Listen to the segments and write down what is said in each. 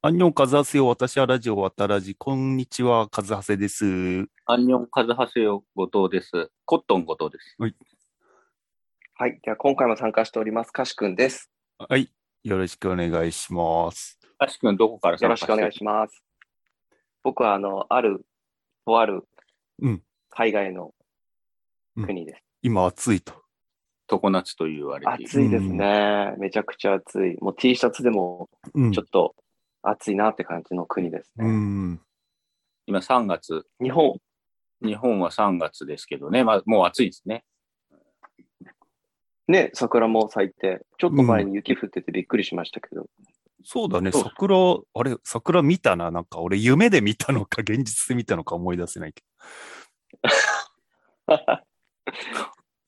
アンニョンカズハセよ、私はラジオ渡らじ、こんにちは、カズハセです。アンニョンカズハセヨ後藤です。コットン後藤です。はい。では、今回も参加しております、かしくんです。はい、よろしくお願いします。アシ君どこからよ参加ろししくてお願いします。僕は、あの、ある、とあるうん、海外の国です。今暑いと。常夏と言われている。暑いですね。めちゃくちゃ暑い。もう T シャツでも、うんちょっと暑いなって感じの国ですうね。ん。今3月、日本、日本は3月ですけどね、まあ、もう暑いですね。ね、桜も咲いて、ちょっと前に雪降っててびっくりしましたけど、そうだね、そう桜、あれ、桜見たな、なんか俺、夢で見たのか、現実で見たのか思い出せないけ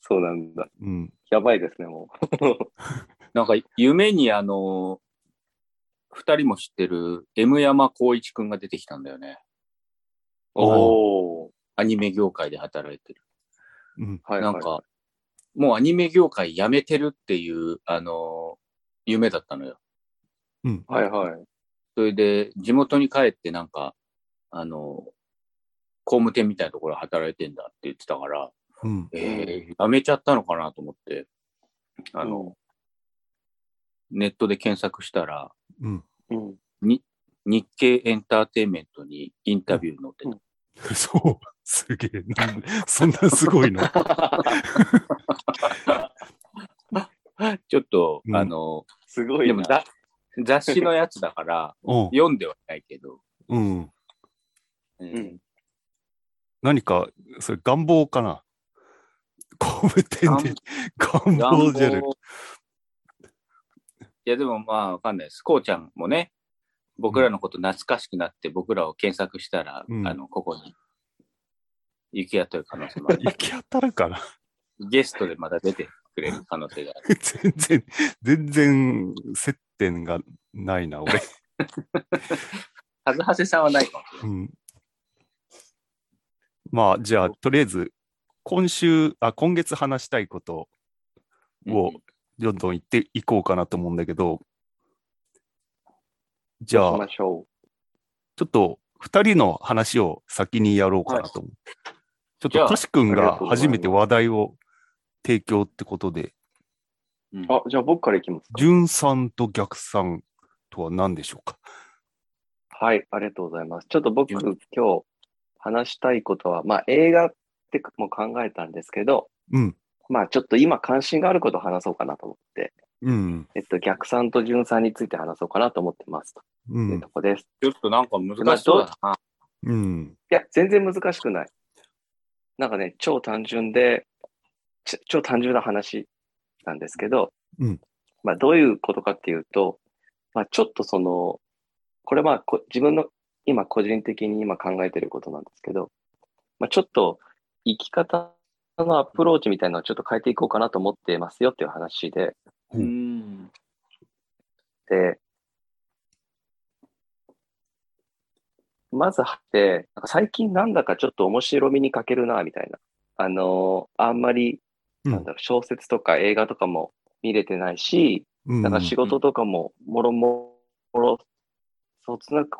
そうなんだ。ど。うん。やばいですね、もなんか夢にあの、二人も知ってる M 山光一くんが出てきたんだよね。う。おー。アニメ業界で働いてる。うん。はい、なはい。んか、もうアニメ業界辞めてるっていう、あの、夢だったのよ。うん。はいはい。それで、地元に帰ってなんか、あの、工務店みたいなところ働いてんだって言ってたから、うん。えー、やめちゃったのかなと思って、あの、ネットで検索したら、うん。うん。日経エンターテインメントにインタビュー載ってた。うんそう。すげえ。なんそんなすごいの。 ちょっと、うんあの、すごいでな。も雑雑誌のやつだから、うん。読んではないけど、うん。うんん何か、それ、願望かな。工務店で願願望じゃね望いや、でもまあ、わかんないです。こうちゃんもね、僕らのこと懐かしくなって、僕らを検索したら、うんあの、ここに、行き当たる可能性もある行。き当たるかな ゲストでまた出てくれる可能性がある。全然、全然接点がないな、 俺。はずはせさんはないかもしれない。うん、まあ、じゃあ、とりあえず、今週、あ、今月話したいことをどんどん言っていこうかなと思うんだけど、じゃ行きあま、しょちょっと2人の話を先にやろうかなと思う。ちょっじと、ゃあかしくんありががとうございます初めて話題を提供ってことで、うんう。あ、じゃあ僕からいきますか。順算と逆算とは何でしょうかはい、ありがとうございます。ちょっと僕、う今ん日話したいことは、まあ映画っても考えたんですけど、うん。まあちょっと今関心があることを話そうかなと思って、うん。えっと、逆算と順算について話そうかなと思ってます。う。というんとこです。いちょっとなんか難しそうだな。うん。や、全然難しくない。なんかね、超単純で、ち超単純な話なんですけど、うんまあどういうことかっていうと、まあちょっとその、これまあこ自分の今個人的に今考えてることなんですけど、まあちょっと生き方のアプローチみたいなのをちょっと変えていこうかなと思ってますよっていう話で、うんうん。で、まずはって、なんか最近なんだかちょっと面白みに欠けるな、みたいな。あのーあんまり、うんなんだろう、小説とか映画とかも見れてないし、うん。なんか仕事とかももろもろ、そつなく、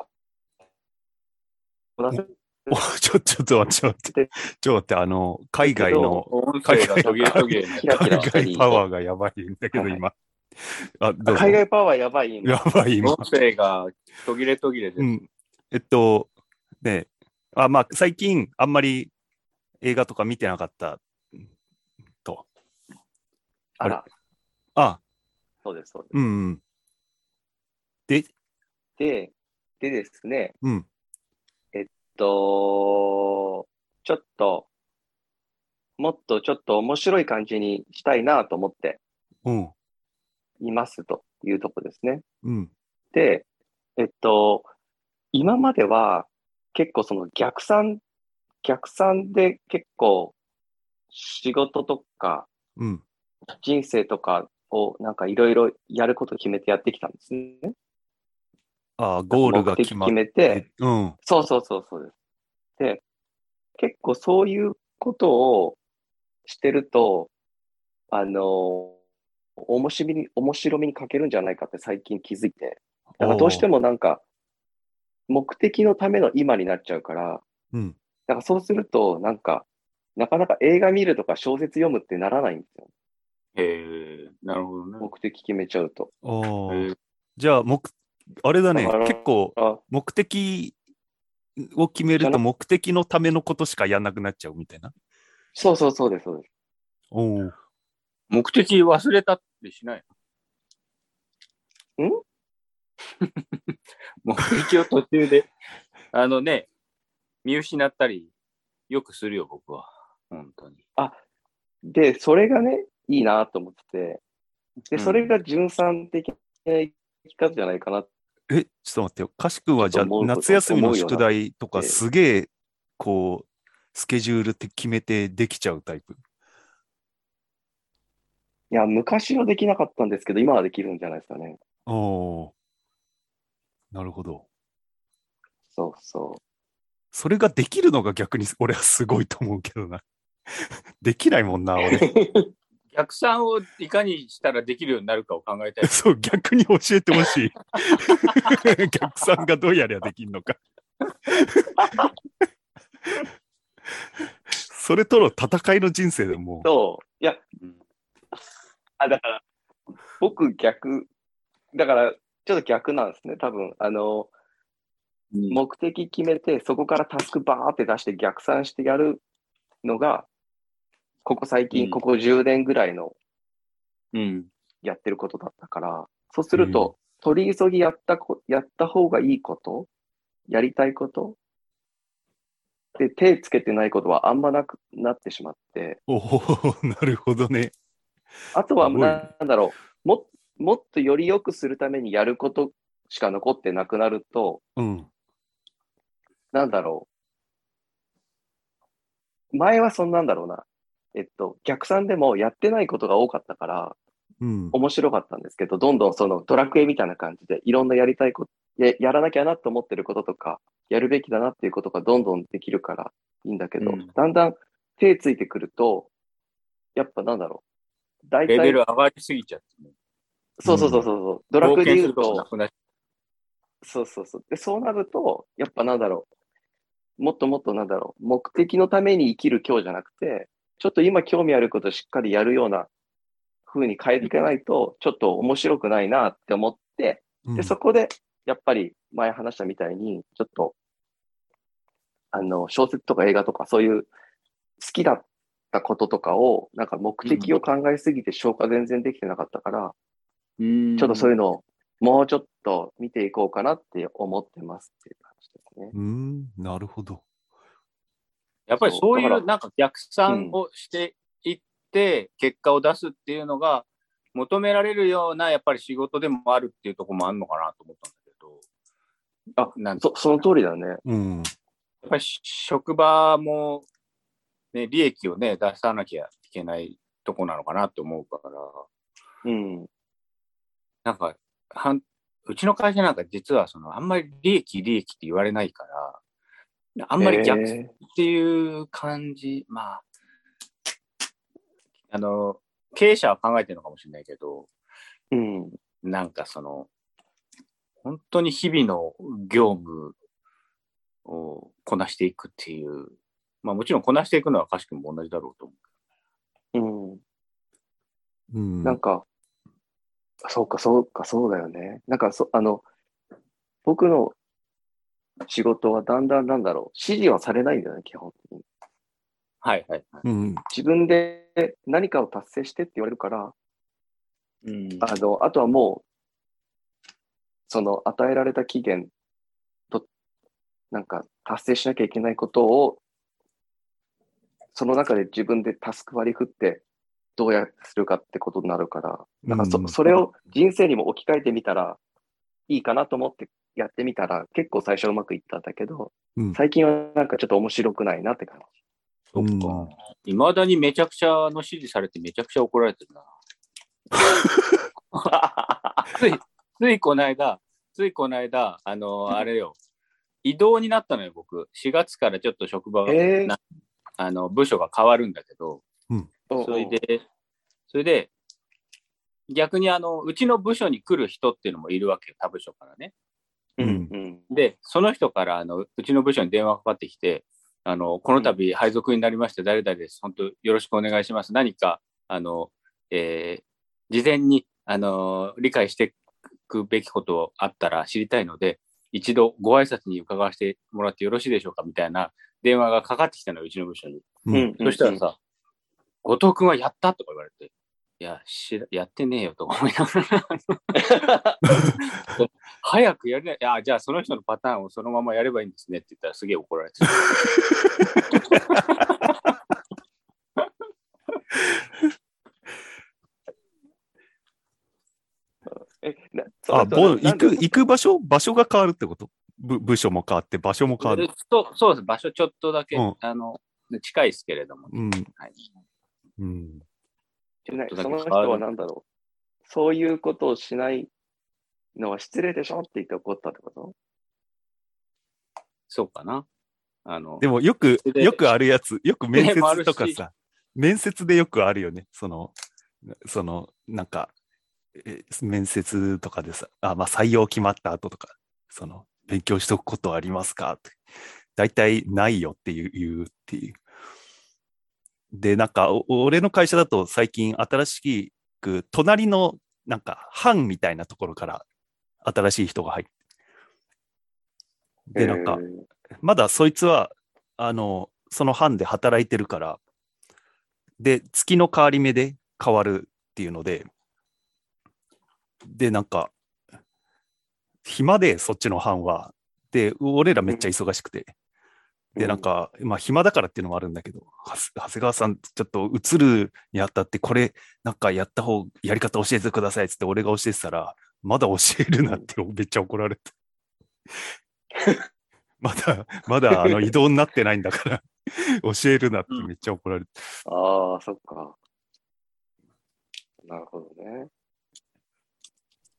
こなせおちょ、ちょっと待って、ちょっと待って、ちょっと待って、あの、海外の、音声が途切れ途切れ。キラ海キラした外り、パワーがやばいんだけど、はいはい今。あ、どうぞ海外パワーやばい、今やばい、今音。声が途切れ途切れで。うん。えっと、ね、あ、まあ、最近、あんまり映画とか見てなかった。あら、あ、そうです、そうです。うんうん。で、で、でですね、うん。えっと、ちょっと、もっとちょっと面白い感じにしたいなと思ってうん。いますというとこですね。うん。で、えっと、今までは結構その逆算、逆算で結構仕事とかうん。人生とかをなんかいろいろやること決めてやってきたんですね。あ、ゴールが目的決まっめて、て。うん。そうそうそうそうです。で、結構そういうことをしてると、あの、面白みに、面白みに欠けるんじゃないかって最近気づいて、だからどうしても。もなんか、目的のための今になっちゃうから、うん。なんかそうすると、なんか、なかなか映画見るとか小説読むってならないんですよ。えー、なるほどね。目的決めちゃうと。ああ、えーじゃあ、目、あれだねだか、ら結構、あ目的を決めじるとゃな目的のためのことしかやんなくなっちゃうみたいな。そうそうそうです、そうです。おお。目的忘れたってしないん 目的を途中で、あのね、見失ったり、よくするよ、僕は。本当に。で、それがね、いいなと思ってて、うで、んそれが純算的な生き方じゃないかなって。え、ちょっと待ってよ。かしくんはじゃあちょっと思うこと夏休みの宿題と思うようになっかてすげえ、こう、スケジュールって決めてできちゃうタイプ。いや、昔はできなかったんですけど、今はできるんじゃないですかね。おお。なるほど。そうそう。それができるのが逆に俺はすごいと思うけどな。 できないもんな、俺。逆算をいかにしたらできるようになるかを考えたい。そう、逆に教えてほしい。 逆算がどうやりゃできんのか。 それとの戦いの人生でもう。そう。いや、うん あ、だから、僕逆、だから、ちょっと逆なんですね、多分。あの、目的決めて、そこからタスクバーって出して逆算してやるのが、ここ最うん近、ここ10年ぐらいのうん。やってることだったから、そうすると、取り急ぎやったこ、やった方がいいこと、やりたいこと、で、手つけてないことはあんまなくなってしまって、おお、なるほどね。あとは、すごいねなんだろう、も、もっとより良くするためにやることしか残ってなくなると、うん。なんだろう。前はそんなんだろうな。えっと、逆算でもやってないことが多かったから、うん。面白かったんですけど、どんどんそのドラクエみたいな感じで、いろんなやりたいこと、ややらなきゃなと思ってることとか、やるべきだなっていうことがどんどんできるからいいんだけど、うんだんだん手ついてくると、やっぱなんだろう。大レベ体、ル上がりすぎちゃって。そうそうそうそうそう、ドラ冒クエで険す言るうこととな、くなっちゃそうそうそう。で、そうなると、やっぱなんだろう。もっともっとなんだろう。目的のために生きる今日じゃなくて、ちょっと今興味あることをしっかりやるような風に変えていかないと、ちょっと面白くないなって思って、うんで、そこで、やっぱり前話したみたいに、ちょっと、あの、小説とか映画とかそういう好きだったこととかを、なんか目的を考えすぎて消化全然できてなかったから、ううんちょっとそういうのをもうちょっと見ていこうかなって思ってますっていう感じですね。うん、なるほど。やっぱりそういそうだうからなんか逆算をしていって、結果を出すっていうのが求められるようなやっぱり仕事でもあるっていうところもあるのかなと思ったんだけど。あなんそその通りだね。うん。やっぱり職場も、ね、利益をね、出さなきゃいけないとこなのかなと思うから、うん。なんか、はんうちの会社なんか実はその、あんまり利益、利益って言われないから、あんまり逆えっていう感じ、まあ、あの、経営者は考えてるのかもしれないけど、ーうん。なんかその、本当に日々の業務をこなしていくっていう、まあもちろんこなしていくのはかしくも同じだろうと思ううん。ん。なんか、そうか、そうか、そうだよね。なんかそ、あの、僕の仕事はだんだんなんだろう。指示はされないんだよね、基本的に。う。はいはいはい。うん。自分で何かを達成してって言われるから、うんあの、あとはもう、その与えられた期限と、なんか達成しなきゃいけないことを、その中で自分でタスク割り振って、どうやってするかってことになるから、だからそ,、うんそれを人生にも置き換えてみたら、いいかなと思ってやってみたら、結構最初はうまくいったんだけど、うん最近はなんかちょっと面白くないなって感そっうんか。いまだにめちゃくちゃの指示されてめちゃくちゃ怒られてるな。 つい、ついこの間、ついこの間、あの、あれよ、移動になったのよ、僕。4月からちょっと職場がじ。えなあの、部署が変わるんだけど、ー、それで、それで、逆にあの、うちの部署に来る人っていうのもいるわけよ、他部署からね。うんうん。で、その人から、あの、うちの部署に電話がかかってきて、あの、この度配属になりました、誰々です。本当、よろしくお願いします。何か、あの、えー事前に、あの、理解してくべきことあったら知りたいので、一度ご挨拶に伺わせてもらってよろしいでしょうかみたいな電話がかかってきたのよ、うちの部署に。うんうんそしたら、さ、後藤君はやったとか言われて、いや、しらやってねえよとか思いながら、 早くやりない、あ、じゃあその人のパターンをそのままやればいいんですねって言ったらすげえ怒られてた。え、なあ、ぼな行んく、で行く場所場所が変わるってこと部部署も変わって、場所も変わるで。そうそうです、場所ちょっとだけ、うんあの、近いですけれども、うん。はい。うん。ないちょっとだそけの人変わはる何だろう。そういうことをしないのは失礼でしょって言って怒ったってことそうかな。あの、でもよく、でよくあるやつ、よく面でもある接しとかさ、面接でよくあるよね。その、その、なんか、え面接とかでさ、あ、まあ採用決まった後とか、その、勉強しとくことありますかって。大体ないよっていう、言うっていう。で、なんか、お俺の会社だと最近新しく、隣の、なんか、班みたいなところから新しい人が入って。で、なんか、えーまだそいつは、あの、その班で働いてるから、で、月の変わり目で変わるっていうので、で、なんか、暇で、そっちの班は。で、俺らめっちゃ忙しくて。で、なん、か、まあ、暇だからっていうのもあるんだけど、はす長谷川さん、ちょっと映るにあたって、これ、なんかやった方、やり方教えてくださいっつって、俺が教えてたら、まだ教えるなって、めっちゃ怒られて。まだ、まだ、あの、移動になってないんだから、教えるなってめっちゃ怒られて。うんああ、そっか。なるほどね。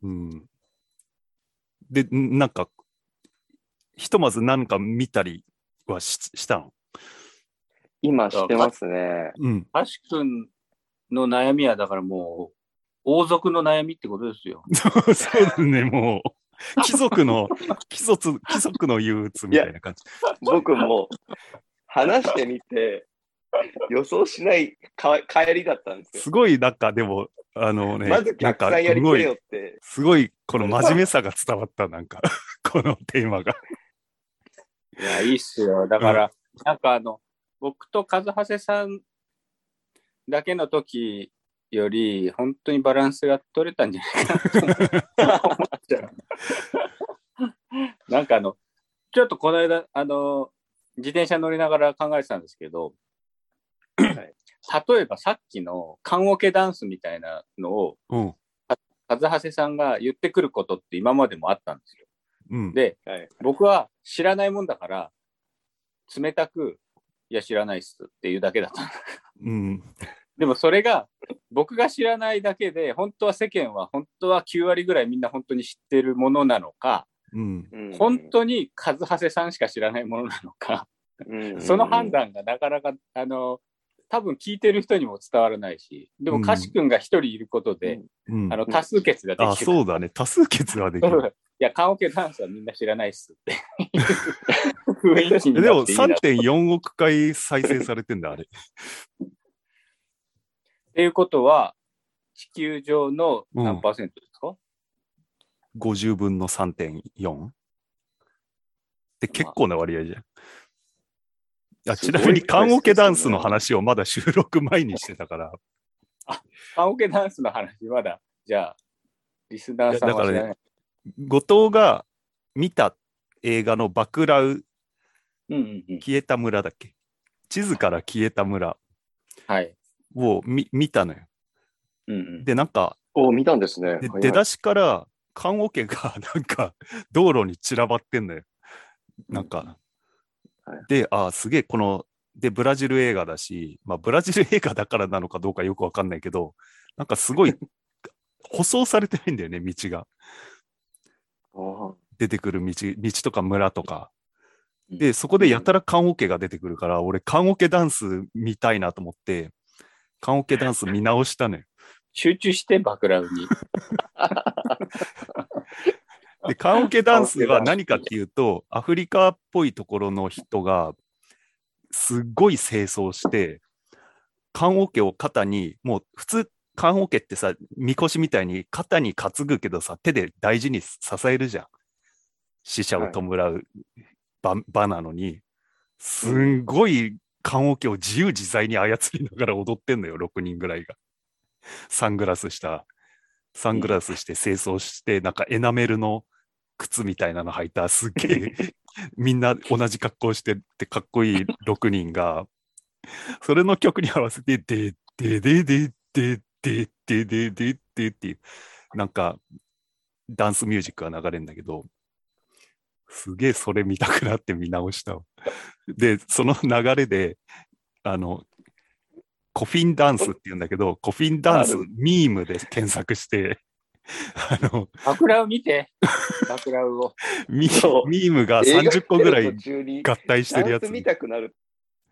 うん。で、んなんか、ひとまず何か見たりはししたの。今してますね。うん。橋君の悩みは、だからもう、王族の悩みってことですよ。 そうですね、もう、貴族の、貴族、貴族の憂鬱みたいな感じ。僕も話してみて、予想しないか帰りだったんですすごい、なんか、でも、あのよ。ね、まずなん客かさんやりすくごれいよ、って。すごい、この真面目さが伝わった、なんか、 このテーマが。いや、いいっすよ。だから、なんかあの、僕と和橋さんだけの時より、本当にバランスが取れたんじゃないかなと思っちゃう。 なんかあの、ちょっとこの間、あの、自転車乗りながら考えてたんですけど、はい例えばさっきの缶オケダンスみたいなのを、うん。和橋さんが言ってくることって今までもあったんですよ。うん。で、はい僕は知らないもんだから、冷たく、いや、知らないっすっていうだけだった。うん。 でもそれが、僕が知らないだけで、本当は世間は、本当は9割ぐらいみんな本当に知ってるものなのか、うん。うん本当に和長さんしか知らないものなのか、うんその判断がなかなか、あの、多分聞いてる人にも伝わらないし、でも、うん歌詞君が一人いることで、うんあ。の、多数決ができる。あ、そうだね。多数決はできそる。う いや、カンオケダンスはみんな知らないっす って いう雰囲 気になっていいなでも3.4億回再生されてんだ、あれ。っていうことは、地球上の何パーセントですか、 50分の3.4? って結構な割合じゃん。あすちごいなみに、缶オケダンスの話をまだ収録前にしてたから、カンオケダンスの話、まだ、じゃあ、リスナーさんは知らない。後藤が見た映画のバクラウうんうんうん。消えた村だっけ地図から消えた村はい。を見見たのよ。うんうん、で、なんか、お見たんですねで。早い出だしから缶オケが なんか道路に散らばってんのよ。なんか。はいで、あーすげえこの、で、ブラジル映画だし、まあブラジル映画だからなのかどうかよくわかんないけど、なんかす ごい舗装されてないんだよね、道が。あー出てくる道、道とか村とか。うんで、そこでやたら缶オケが出てくるから、俺缶オケダンス見たいなと思って、缶オケダンス見直したのよ。 集中して、バクラウに。で、カンオケダンスは何かっていうと、アフリカっぽいところの人が、すっごい清掃して、カンオケを肩に、もう普通、カンオケってさ、みこしみたいに肩に担ぐけどさ、手で大事に支えるじゃん。死者を弔う場,、場なのに、すんごいカンオケを自由自在に操りながら踊ってんのよ、6人ぐらいが。サングラスした、サングラスして清掃して、なんかエナメルの靴みたいなの履いた、すっげえ、 みんな同じ格好してってかっこいい6人が、それの曲に合わせて、で、で、で、で、で、で、で、で、で、でっていう、なんか、ダンスミュージックが流れるんだけど、すげえそれ見たくなって見直したわ。で、その流れで、あの、コフィンダンスっていうんだけど、コフィンダンスあるミームで検索して、あの、桜を見て、桜を。 ミそうミームが映画30個ぐら見ている途中に合体してるやダつンス見たくなる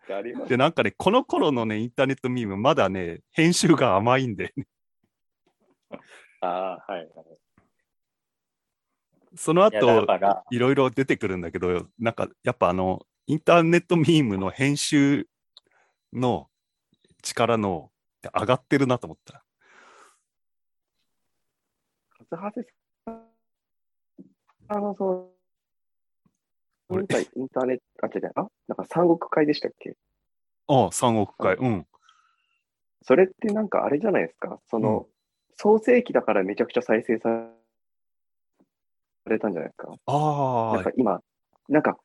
ってありますで、なんかね、この頃のね、インターネットミーム、まだね、編集が甘いんで、 ああ、はい。そのいやだ後から、いろいろ出てくるんだけど、なんか、やっぱあの、インターネットミームの編集の力の上がってるなと思った。カズハセさん、あの、その、俺なんかインターネット、あ、違う違う、あ、なんか三国会でしたっけああ、3億回。うん。それってなんかあれじゃないですか、その、創世紀だからめちゃくちゃ再生されたんじゃないですか。あなんあか、今、なんか、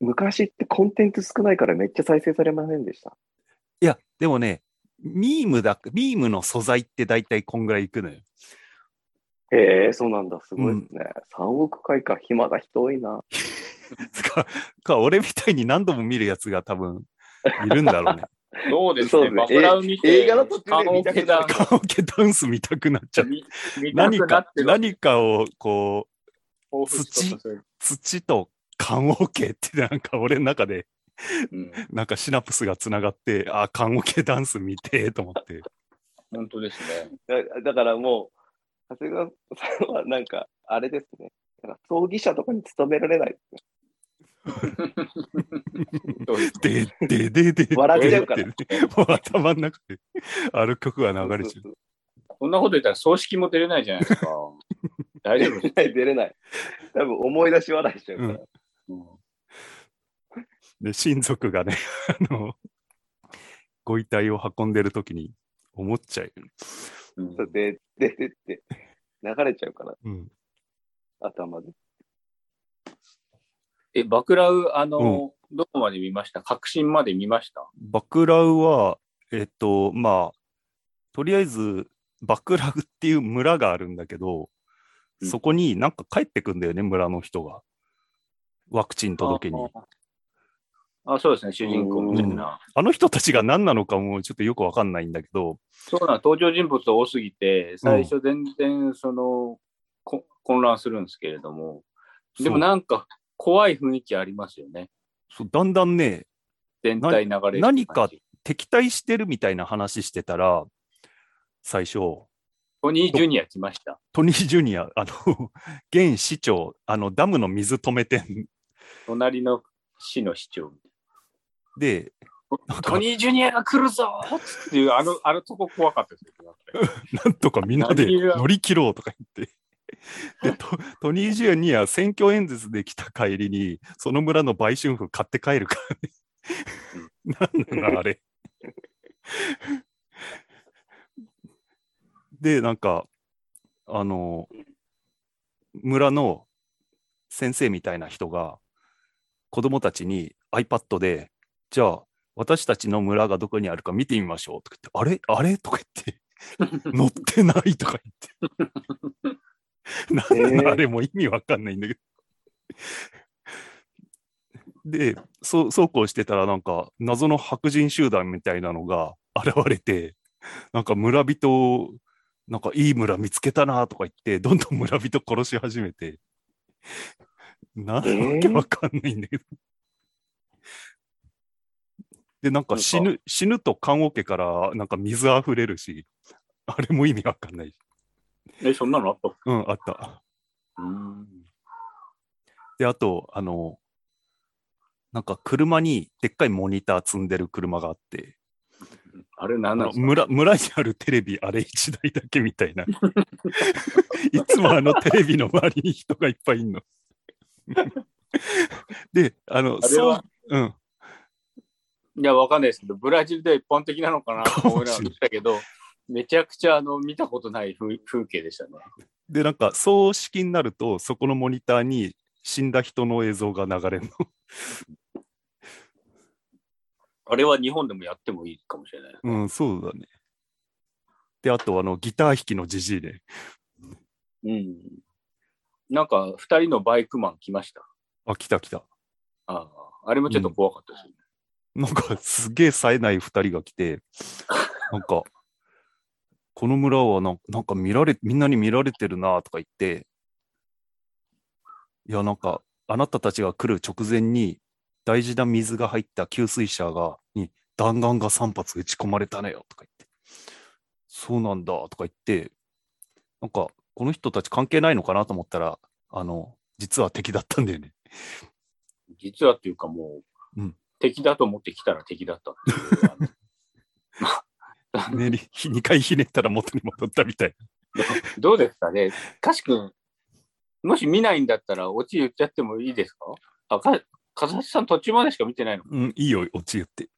昔ってコンテンツ少ないからめっちゃ再生されませんでした。いや、でもね、ミームだ、ミームの素材って大体こんぐらいいくのよ。 へえ、そうなんだ、すごいですね。3億回か、暇だ人多いな。か、か俺みたいに何度も見るやつが多分いるんだろうね。そうですね桜を見て、映画の途中で見たくなるカラオケカラオケダンス見たくなっちゃだう。見見た何くなっか、てる何かをこう、抱負しようとする土と缶オケってなんか俺の中で、うんなんかシナプスがつながって、あ、缶オケダンス見てーと思って。本当ですね。 だだからもう、長谷川さんはなんか、あれですね。なんか葬儀社とかに勤められない。 そうですねで、で、で、で、笑っちゃうからでってねもう頭の中で、ある曲が流れちゃう。そうこんなこと言ったら葬式も出れないじゃないですか。大丈夫でそす。う出れない、出れない。多分思い出し笑いしちゃうから。うんで、親族がね、あの、ご遺体を運んでるときに思っちゃうよね。う んそうで、で、でって、流れちゃうから、うん。頭で。え、バクラウ、あの、どこまで見ました確信まで見ましたバクラウは、えっと、まあ、とりあえず、バクラウっていう村があるんだけど、うんそこになんか帰ってくんだよね、村の人が。ワクチン届けに。あ、そうですね、主人公みたいな。あの人たちが何なのかもちょっとよくわかんないんだけど、そうなの、登場人物多すぎて、最初全然、その、こ混乱するんですけれども、でもそうなんか、怖い雰囲気ありますよね。そうだんだんね、全体流れる感じ何か敵対してるみたいな話してたら、最初、トニー・ジュニア来ました。トニー・ジュニア、あの、 現市長、あの、ダムの水止め店隣の市の市長。で、なんかトニー・ジュニアが来るぞってい う、あの、あのとこ怖かったですけど、なんとかみんなで何が乗り切ろうとか言って。でトトニー・ジュニア、選挙演説で来た帰りに、その村の売春婦買って帰るからね。なんなんだ、あれ。で、なんか、あの、村の先生みたいな人が、子供たちに iPad で、じゃあ、私たちの村がどこにあるか見てみましょうとか言って、あれあれとか言って、 乗ってないとか言って。なんえーだあれもう意味わかんないんだけど。で、そう、そうこうしてたらなんか謎の白人集団みたいなのが現れて、なんか村人を、なんかいい村見つけたなとか言って、どんどん村人殺し始めて、なんえーわけわかんないんだけど。で、なんか死ぬ、死ぬと棺桶からなんか水あふれるし、あれも意味わかんないし。え、そんなのあったうん、あった。うん。で、あと、あの、なんか車にでっかいモニター積んでる車があって、あれ何あなんのですか村村にあるテレビあれ一台だけみたいな。 いつもあのテレビの周りに人がいっぱいいんの。 で、あの、あれはそう、うん、いや、わかんないですけど、ブラジルでは一般的なのかなと思いながら見たけど、めちゃくちゃあの見たことない風風景でしたね。で、なんか葬式になると、そこのモニターに死んだ人の映像が流れるの。あれは日本でもやってもいいかもしれない。うん、そうだね。で、あと、あの、ギター弾きのじじいで。うん。なんか、二人のバイクマン来ました。あ、来た来た。ああ、あれもちょっと怖かったですよね。なんか、すげえ冴えない二人が来て、なんか、この村はなんなんか見られ、みんなに見られてるなとか言って、いや、なんか、あなたたちが来る直前に、大事な水が入った給水車が、に弾丸が3発撃ち込まれたねよとか言って、そうなんだとか言って、なんか、この人たち関係ないのかなと思ったら、あの、実は敵だったんだよね。実はっていうかもう、うん敵だと思って来たら敵だった っていうあのひねり、2回ひねったら元に戻ったみたいな。どうですかねかしくん、もし見ないんだったら、オチ言っちゃってもいいですかあ、か、かさしさん途中までしか見てないのうん、いいよ、落ち言って。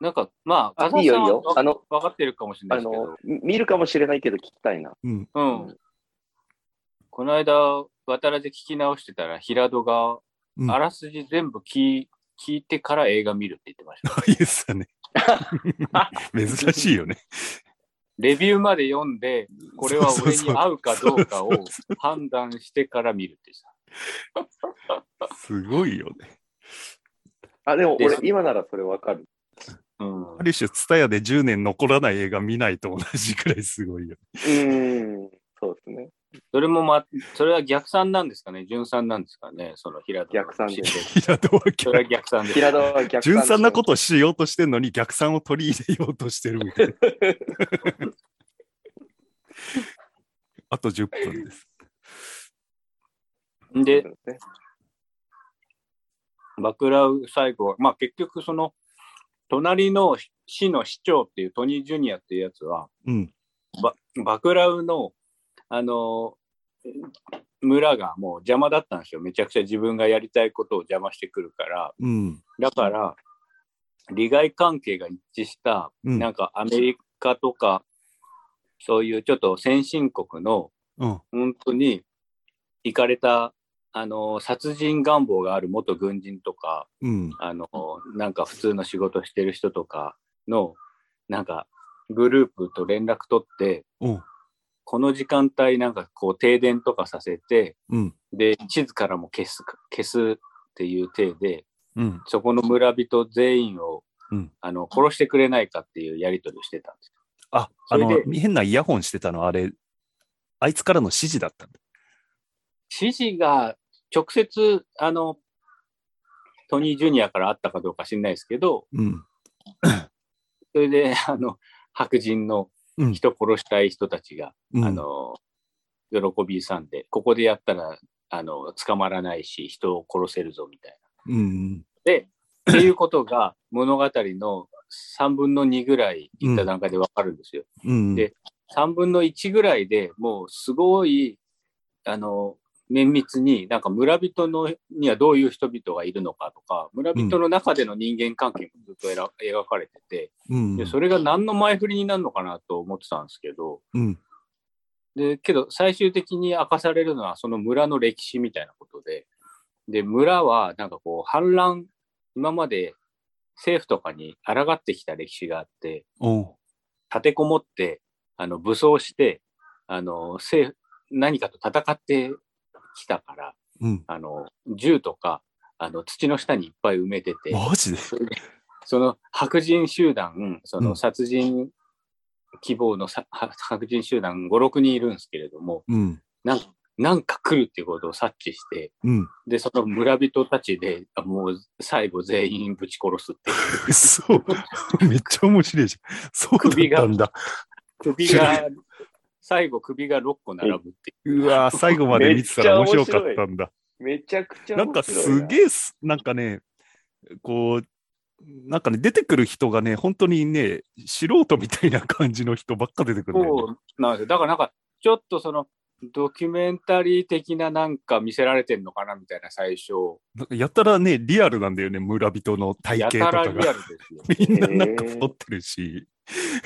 なんか、まあ、かあさいいしさんよはいいよ。あわの、わかってるかもしれなあいですけどの、、み見るかもしれないけど聞きたいな。うん。 うん。この間、渡らず聞き直してたら、平戸が、うんあらすじ全部聞い聞いてから映画見るって言ってました。 イエスだね。珍しいよね。レビューまで読んで、これは俺に合うかどうかそうを判断してから見るってさ。すごいよね。あ、でも俺で、今ならそれわかる。うんあ。る種、ツタヤで10年残らない映画見ないと同じくらいすごいよ。うーん、そうですね。それもま、それは逆算なんですかね順算なんですかねその平戸の逆算です指令平戸はそれは逆算です。 平戸は逆。純さんなこととしようとしてるのに逆算を取り入れようとしてるみ たいな。あと10分です。で、そうすね枕う最後は、まあ結局その、隣の市の市長っていうトニー・ジュニアっていうやつは、うん。ばバクラウの、あの村がもう邪魔だったんですよ。めちゃくちゃ自分がやりたいことを邪魔してくるから。うん。だから、利害関係が一致した、うん。なんかアメリカとか、そういうちょっと先進国の、うん。本当に行かれた、あの殺人願望がある元軍人とか、うん。あの、なんか普通の仕事してる人とかの、なんかグループと連絡取って、うん。この時間帯なんかこう停電とかさせて、うん。で、地図からも消す、消すっていう体で、うん。そこの村人全員を、うんあの殺してくれないかっていうやり取りをしてたんですよ。あ、あの、変なイヤホンしてたの、あれ、あいつからの指示だったんだ。指示が直接、あの、トニー・ジュニアからあったかどうか知んないですけど、うん。それで、 あの、白人のうん人殺したい人たちが、うんあの、喜びさんで、ここでやったら、あの、捕まらないし、人を殺せるぞみたいな。うん。で、っていうことが物語の3分の2ぐらいいった段階でわかるんですよ。うん。で3分の1ぐらいでもうすごい、あの、綿密に、なんか村人のにはどういう人々がいるのかとか、村人の中での人間関係もずっとえら描かれてて、うんで、それが何の前振りになるのかなと思ってたんですけど、うん。で、けど最終的に明かされるのはその村の歴史みたいなことで、で、村はなんかこう反乱、今まで政府とかに抗ってきた歴史があって、おう。立てこもって、あの、武装して、あの、政府、何かと戦ってきたから、うん。あの、銃とか、あの、土の下にいっぱい埋めてて、マジでそれでその白人集団、そうんの殺人希望のさは白人集団5、6人いるんですけれども、うん。なんなんか来るっていうことを察知して、うん。で、その村人たちで、あもう最後全員ぶち殺すってい う。そう。めっちゃ面白いじゃん。そうだったんだ。首が最後首が6個並ぶっていう。うわー 最後まで見てたら面め白っちゃ面白かいったんだ。めちゃくちゃなんかすえ。げえす、なんかね、こう、なんかね、出てくる人がね、本当にね、素人みたいな感じの人ばっか出てくるんだよね、そうなんですよ。だからなんか、ちょっとその、ドキュメンタリー的ななんか見せられてんのかなみたいな最初。なんかやたらね、リアルなんだよね、村人の体や型たらとかリが。アルです みよ。んななんか太ってるし、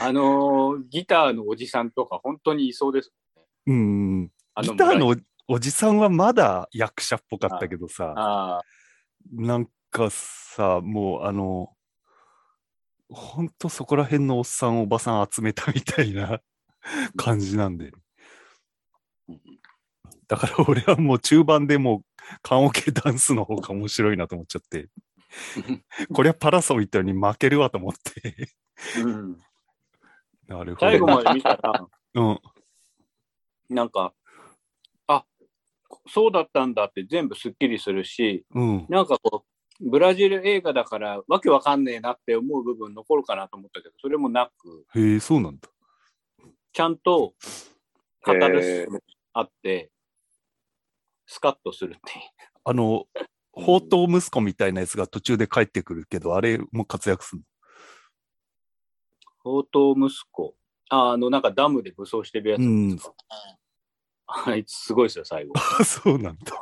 あのーギターのおじさんとか本当にいそうです。うん、あギターの村おおじさんはまだ役者っぽかったけどさ、あなんかさ、もうあの、ほんとそこら辺のおっさん、おばさん集めたみたいな感じなんでうん。だから俺はもう中盤でもう、棺桶ダンスの方が面白いなと思っちゃ って、これはパラソミットに負けるわと思って。 ーうんなるほど。最後まで見たら、うん。なんか、あそうだったんだって全部すっきりするし、うん。なんかこう、ブラジル映画だから、わけわかんねえなって思う部分残るかなと思ったけど、それもなく、へえ、そうなんだ。ちゃんと語るあって、スカッとするっていう。あの、宝刀息子みたいなやつが途中で帰ってくるけど、あれも活躍する宝刀息子。ああの、なんかダムで武装してるやつ。うん。あいつすごいですよ、 最後。あ そうなんだ。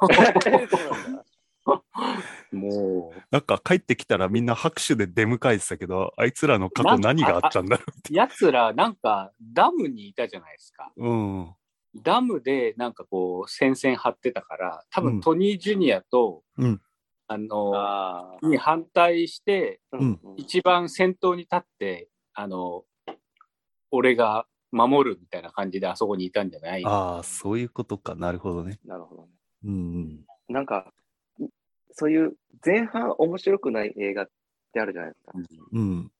もう。なんか帰ってきたらみんな拍手で出迎えてたけど、あいつらの過去何があったんだろやつら、なんか、ダムにいたじゃないですか。う。うん。ダムで、なんかこう、戦線張ってたから、多うん分トニー・ジュニアと、うん あの、あーに反対して、うん一番先頭に立って、あの、俺が守るみたいな感じであそこにいたんじゃないああ、そういうことか。なるほどね。なるほどね。うん。なんか、いそういう前半面白くない映画ってあるじゃないですか。うん。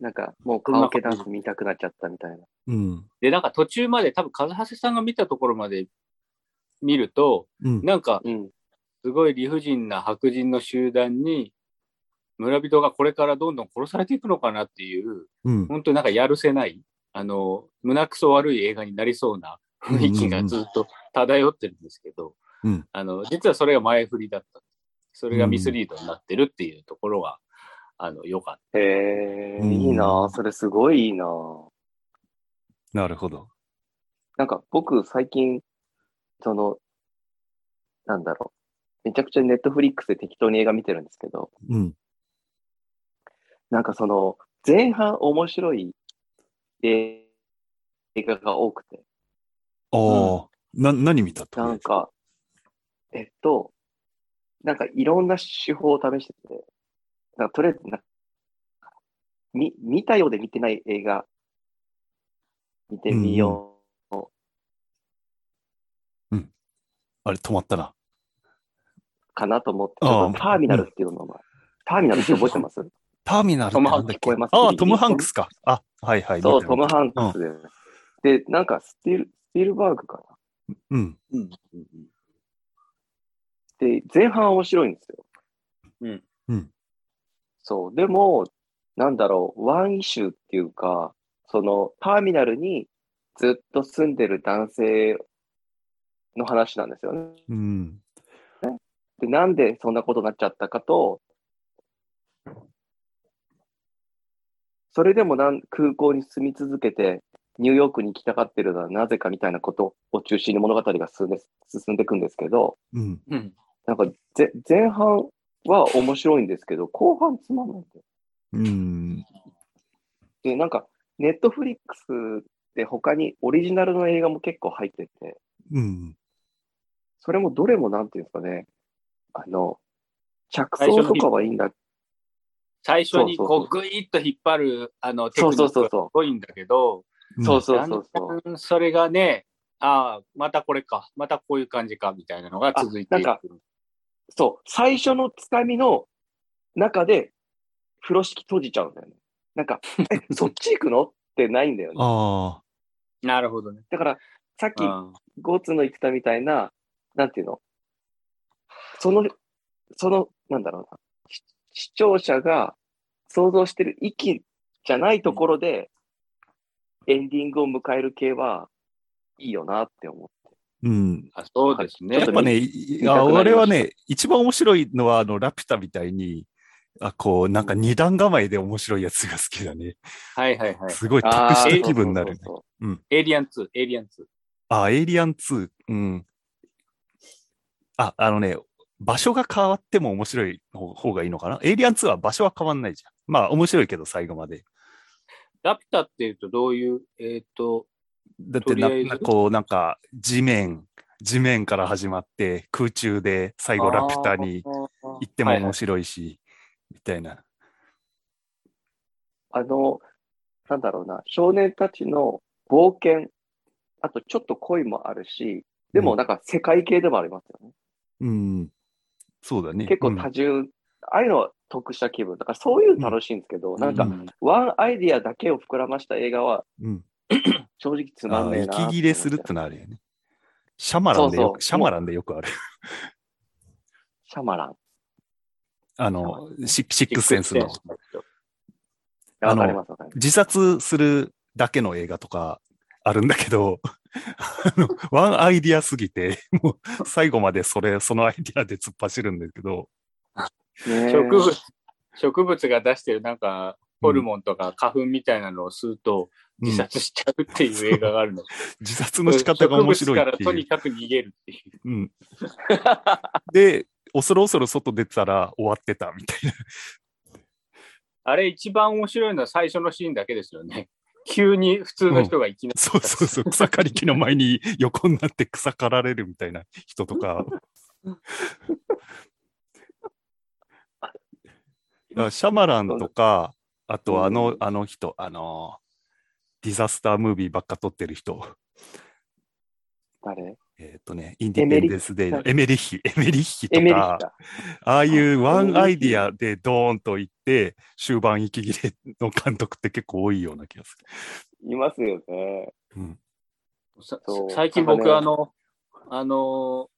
なんか、もうカラオケダンス見たくなっちゃったみたいな。うん。で、なんか途中まで、多分、風長さんが見たところまで見ると、うん。なんか、うん。すごい理不尽な白人の集団に、村人がこれからどんどん殺されていくのかなっていう、うん。本当になんかやるせない、あの、胸くそ悪い映画になりそうな雰囲気がずっと漂ってるんですけど、うんあの、実はそれが前振りだった。それがミスリードになってるっていうところが、あの、良かっへえ、うんいいなあそれすごいいいなあなるほど。なんか僕最近、その、なんだろう。めちゃくちゃネットフリックスで適当に映画見てるんですけど、うん。なんかその、前半面白い映画が多くて、ああ、な、何見たとなんか、えっと、なんかいろんな手法を試してて、なんかとりあえずなんか、み、見たようで見てない映画、見てみよあれ止まったな。うかなと思って、うんあーターミナルっていうのは、ターミナルって覚えてますターミナルってなんだっけトムハンクス聞こえますああ、トム・ハンクスか。あ、はいはい。そう、見たトム・ハンクスで。で、なんかスティル、スティルバーグかな。うん。た。うん。で、前半面白いんですよ。うん。うん。そう。でも、なんだろう、ワンイシューっていうか、その、ターミナルにずっと住んでる男性の話なんですよね。うん。で、なんでそんなことになっちゃったかと、それでもなん空港に住み続けて、ニューヨークに行きたがってるのはなぜかみたいなことを中心に物語が進んで進んでいくんですけど、うん。うん。なんかぜ前半は面白いんですけど、後半つまんないんだよ。うん。で、なんか、ネットフリックスで他にオリジナルの映画も結構入ってて、うん。それもどれもなんていうんですかね、あの、着最初想のとかはいいんだ最初にそうそこうう、ぐいっと引っ張る、あの、テクそニうそうックそうがすごいんだけど、そだうそうんそうそう。だんそれがね、ああ、またこれか、またこういう感じか、みたいなのが続いていく。あなんそう、最初のつかみの中で、風呂敷閉じちゃうんだよね。なんか、 え、そっち行くのってないんだよね。ああ、なるほどね。だから、さっきうんゴツの言ってたみたいな、なんていうのその、その、なんだろうな。し視聴者が想像してる域じゃないところで、エンディングを迎える系はいいよなって思う。うん。あそうですね。ちょやっっとぱね、見いたくなありました俺はね、一番面白いのは、あの、ラピュタみたいに、あこう、なんか二段構えで面白いやつが好きだね。はいはいはい。すごい得あーしたー気分になるね。そうそうそうエイリアン2、エイリアン2。あ、エイリアン2。うん。あ、あのね、場所が変わっても面白い方方がいいのかなエイリアン2は場所は変わんないじゃん。まあ面白いけど最後まで。ラピュタっていうとどういう、えっ、と、だってなとりあえずなこうなんか地面、地面から始まって空中で最後ラピュタに行っても面白いし、みたいな。あの、なんだろうな、少年たちの冒険、あとちょっと恋もあるし、でうもんなんか世界系でもありますよね。うん。そうだね。結構うん多重、ああいうのは得した気分。だからそういうの楽しいんですけど、なんか、ワンアイディアだけを膨らました映画はうん。正直つまあんねえなって思っちゃう。息切れするってのはあるよね。シャマランでよそうそうく、シャマランでよくある。シャマラン。あシャマのラ、シシックスセンスの。わかありのますわかります。自殺するだけの映画とかあるんだけど、 あのワンアイディアすぎて、もう最後までそれ、そのアイディアで突っ走るんですけど、ねえ植物、植物が出してるなんか、ホルモンとか花粉みたいなのを吸うとうん自殺しちゃうっていう映画があるの。自殺の仕方が面白い植物っていうからと。にかく逃げるっていう。うん、で、恐る恐る外出たら終わってたみたいな。あれ一番面白いのは最初のシーンだけですよね。急に普通の人がいきなり、そうそうそう、草刈り機の前に横になって草刈られるみたいな人と か。だからシャマランとか、あとあの、うんあの人、あの、ディザスタームービーばっか撮ってる人。誰えっ、とね、インディペンデンス・デイのエメリッヒ、エメリッヒエとメリヒか、だ。ああいうワンあアイディアでドーンといって、終盤息切れの監督って結構多いような気がすいますよね。る。うん、さそう最近あ僕のあの、あの、